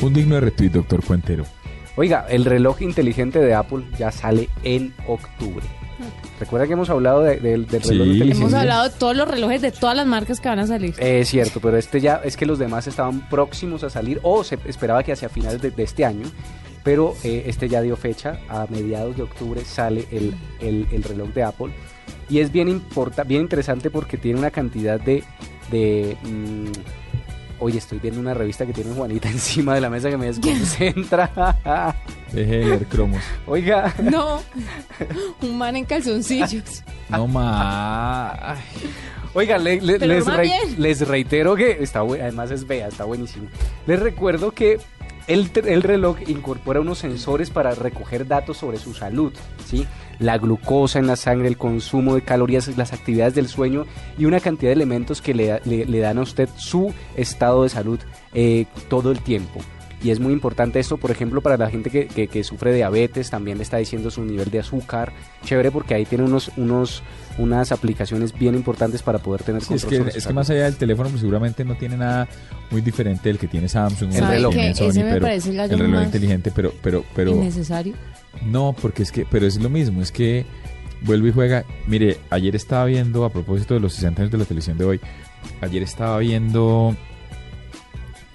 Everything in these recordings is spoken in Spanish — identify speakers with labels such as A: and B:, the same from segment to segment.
A: Un digno retweet, doctor Cuentero.
B: Oiga, el reloj inteligente de Apple ya sale en octubre. Recuerda que hemos hablado de- del- del reloj
A: Sí,
B: inteligente.
C: Hemos
A: sí.
C: hablado de todos los relojes de todas las marcas que van a salir.
B: Eh, Es cierto, pero este ya es que los demás estaban próximos a salir o se esperaba que hacia finales de, de este año, pero eh, este ya dio fecha, a mediados de octubre sale el, el- el reloj de Apple y es bien, importa, bien interesante porque tiene una cantidad de... de mm, Oye, estoy viendo una revista que tiene Juanita encima de la mesa que me desconcentra.
A: Deje de leer cromos.
B: Oiga,
C: No, un man en calzoncillos.
A: No más.
B: Oiga, le- le-
C: Pero
B: les,
C: más
B: re-
C: bien.
B: les reitero que está bu- además es vea, está buenísimo. Les recuerdo que el, tr- el reloj incorpora unos sensores para recoger datos sobre su salud, ¿sí? La glucosa en la sangre, el consumo de calorías, las actividades del sueño y una cantidad de elementos que le, da- le- le dan a usted su estado de salud eh, todo el tiempo. Y es muy importante esto, por ejemplo, para la gente que, que- que sufre diabetes, también le está diciendo su nivel de azúcar. Chévere, porque ahí tiene unos, unos, unas aplicaciones bien importantes para poder tener
A: Sí, es
B: control
A: que,
B: sobre su
A: es que
B: salud.
A: más allá del teléfono, pues, seguramente no tiene nada muy diferente del que tiene Samsung,
B: El
A: o el
B: reloj.
A: que tiene
C: Que ese
A: Sony,
C: me
A: pero
C: parece el gallo
A: el reloj
C: más
A: inteligente, pero, pero, pero
C: Innecesario.
A: no, porque es que, pero es lo mismo, es que vuelve y juega. Mire, ayer estaba viendo, a propósito de los 60 años de la televisión de hoy, ayer estaba viendo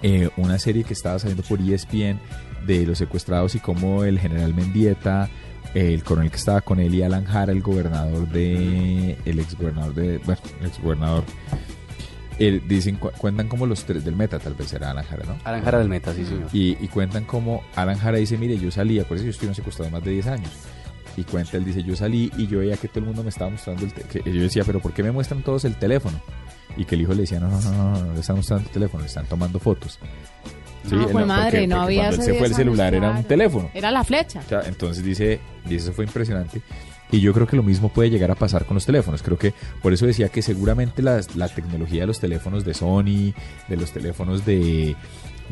A: eh, una serie que estaba saliendo por E ESPN de los secuestrados y cómo el general Mendieta, eh, el coronel que estaba con él y Alan Jara, el gobernador de. el exgobernador de. bueno, el exgobernador. eh, dicen, cu- cuentan como los tres del meta, tal vez era Alan Jara, ¿no?
B: Alan Jara del Meta, sí, señor.
A: Y, y cuentan como Alan Jara dice, mire, yo salí, acuérdense, yo estuve secuestrado más de 10 años. Y cuenta, él dice, yo salí y yo veía que todo el mundo me estaba mostrando el teléfono. Yo decía, pero ¿por qué me muestran todos el teléfono? Y que el hijo le decía, no, no, no, no, no, no le están mostrando el teléfono, le están tomando fotos.
C: Ah,
A: no,
C: pues madre, no había
A: Cuando él
C: hace
A: se fue el
C: 10
A: celular
C: años,
A: era un
C: claro.
A: teléfono.
C: Era la flecha.
A: O sea, entonces dice, y eso fue impresionante. Y yo creo que lo mismo puede llegar a pasar con los teléfonos. Creo que por eso decía que seguramente las- la, tecnología de los teléfonos de Sony, de los teléfonos de,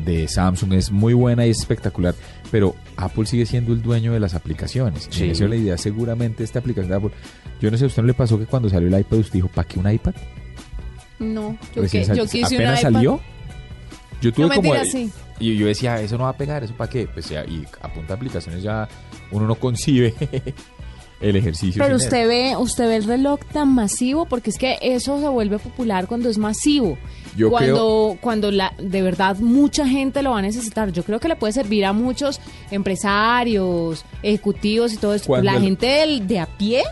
A: de Samsung es muy buena y es espectacular. Pero Apple sigue siendo el dueño de las aplicaciones. Y
B: Sí.
A: en eso la idea seguramente esta aplicación de Apple. Yo no sé, ¿a usted no le pasó que cuando salió el iPad usted dijo, ¿para qué un iPad?
C: No, yo,
A: Recién
C: que-
A: sal-
C: yo quise una
A: apenas
C: iPad.
A: salió. Yo tuve
C: No,
A: como...
C: mentira, sí.
A: Y yo decía, eso no va a pegar, ¿eso para qué? Pues ya, y apunta aplicaciones ya, uno no concibe el ejercicio.
C: Pero
A: sin
C: usted
A: él.
C: ve, usted ve el reloj tan masivo, porque es que eso se vuelve popular cuando es masivo.
A: Yo
C: cuando, cuando la, de verdad mucha gente lo va a necesitar. Yo creo que le puede servir a muchos empresarios, ejecutivos y todo esto.
A: Cuando
C: La
A: el-
C: gente del- de a pie,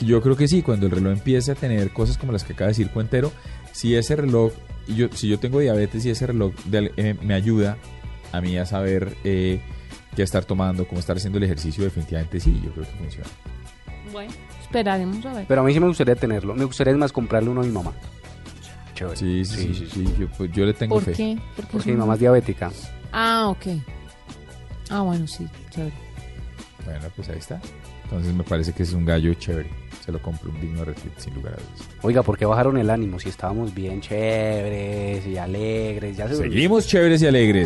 A: Yo creo que sí, cuando el reloj empiece a tener cosas como las que acaba de decir Cuentero, si ese reloj, y yo, si yo tengo diabetes y ese reloj de al- eh, me ayuda a mí a saber eh, qué estar tomando, cómo estar haciendo el ejercicio, definitivamente sí, yo creo que funciona.
C: esperaremos a ver.
B: Pero a mí sí me gustaría tenerlo. Me gustaría es más comprarle uno a mi mamá. Chévere.
A: Sí, sí, sí, sí, yo, pues, yo le tengo
C: ¿Por
A: fe.
C: qué? Porque
B: Porque
C: es
B: mi
C: un-
B: mamá es diabética.
C: Ah, ok. Ah, bueno, sí, chévere.
A: Bueno, pues ahí está. Entonces me parece que es un gallo chévere. Se lo compro un digno retweet, sin lugar a dudas.
B: Oiga, ¿por qué bajaron el ánimo si estábamos bien chéveres y alegres? Ya se
A: Seguimos chéveres y alegres.